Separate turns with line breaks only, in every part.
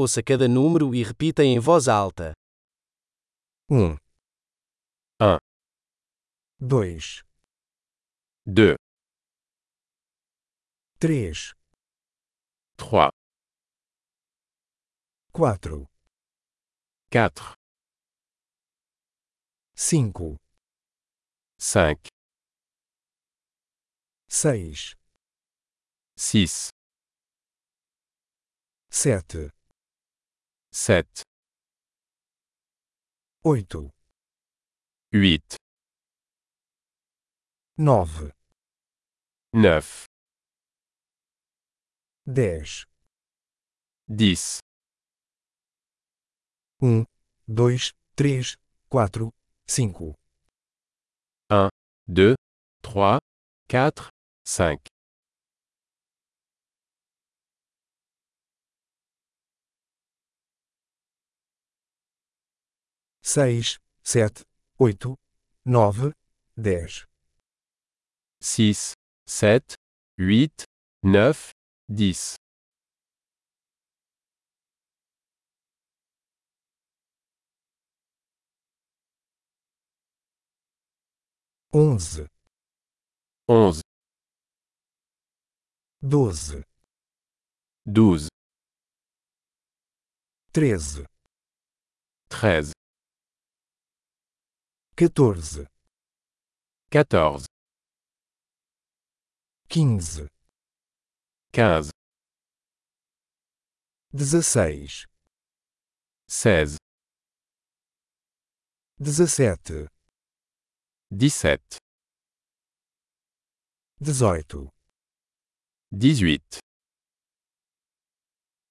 Ouça cada número e repita em voz alta.
um,
Un.
dois,
2,
três,
3,
quatro,
4,
cinco,
5,
seis,
6,
sete,
7,
oito,
8,
nove,
9,
dez,
10,
um, dois, três, quatro, cinco,
2, 3, 4, 5.
seis, sete, oito, nove, dez,
6, 7, 8, 9, 10,
onze,
11,
doze,
12,
treze,
13,
quatorze,
14,
quinze,
15,
dezesseis,
16,
dezessete,
17,
dezoito,
18,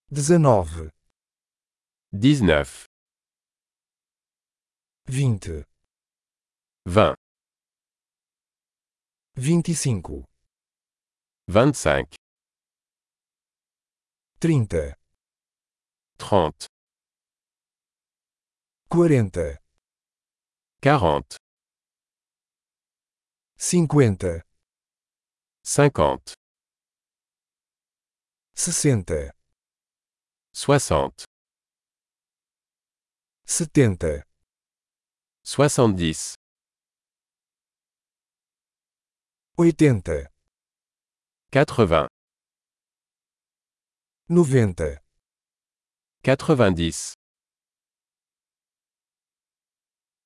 dezenove,
19,
vinte,
20,
vinte e cinco,
25,
trinta,
30,
quarenta,
40,
cinquenta,
50,
sessenta,
60,
setenta,
70,
oitenta,
80,
noventa,
90,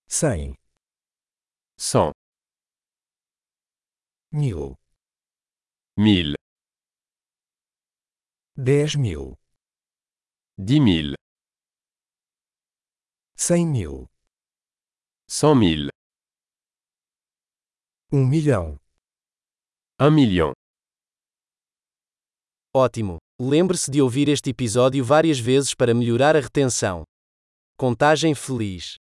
cem,
100,
mil,
1000,
dez mil,
10 000,
cem mil,
100 000,
um milhão.
1 million.
Ótimo! Lembre-se de ouvir este episódio várias vezes para melhorar a retenção. Contagem feliz.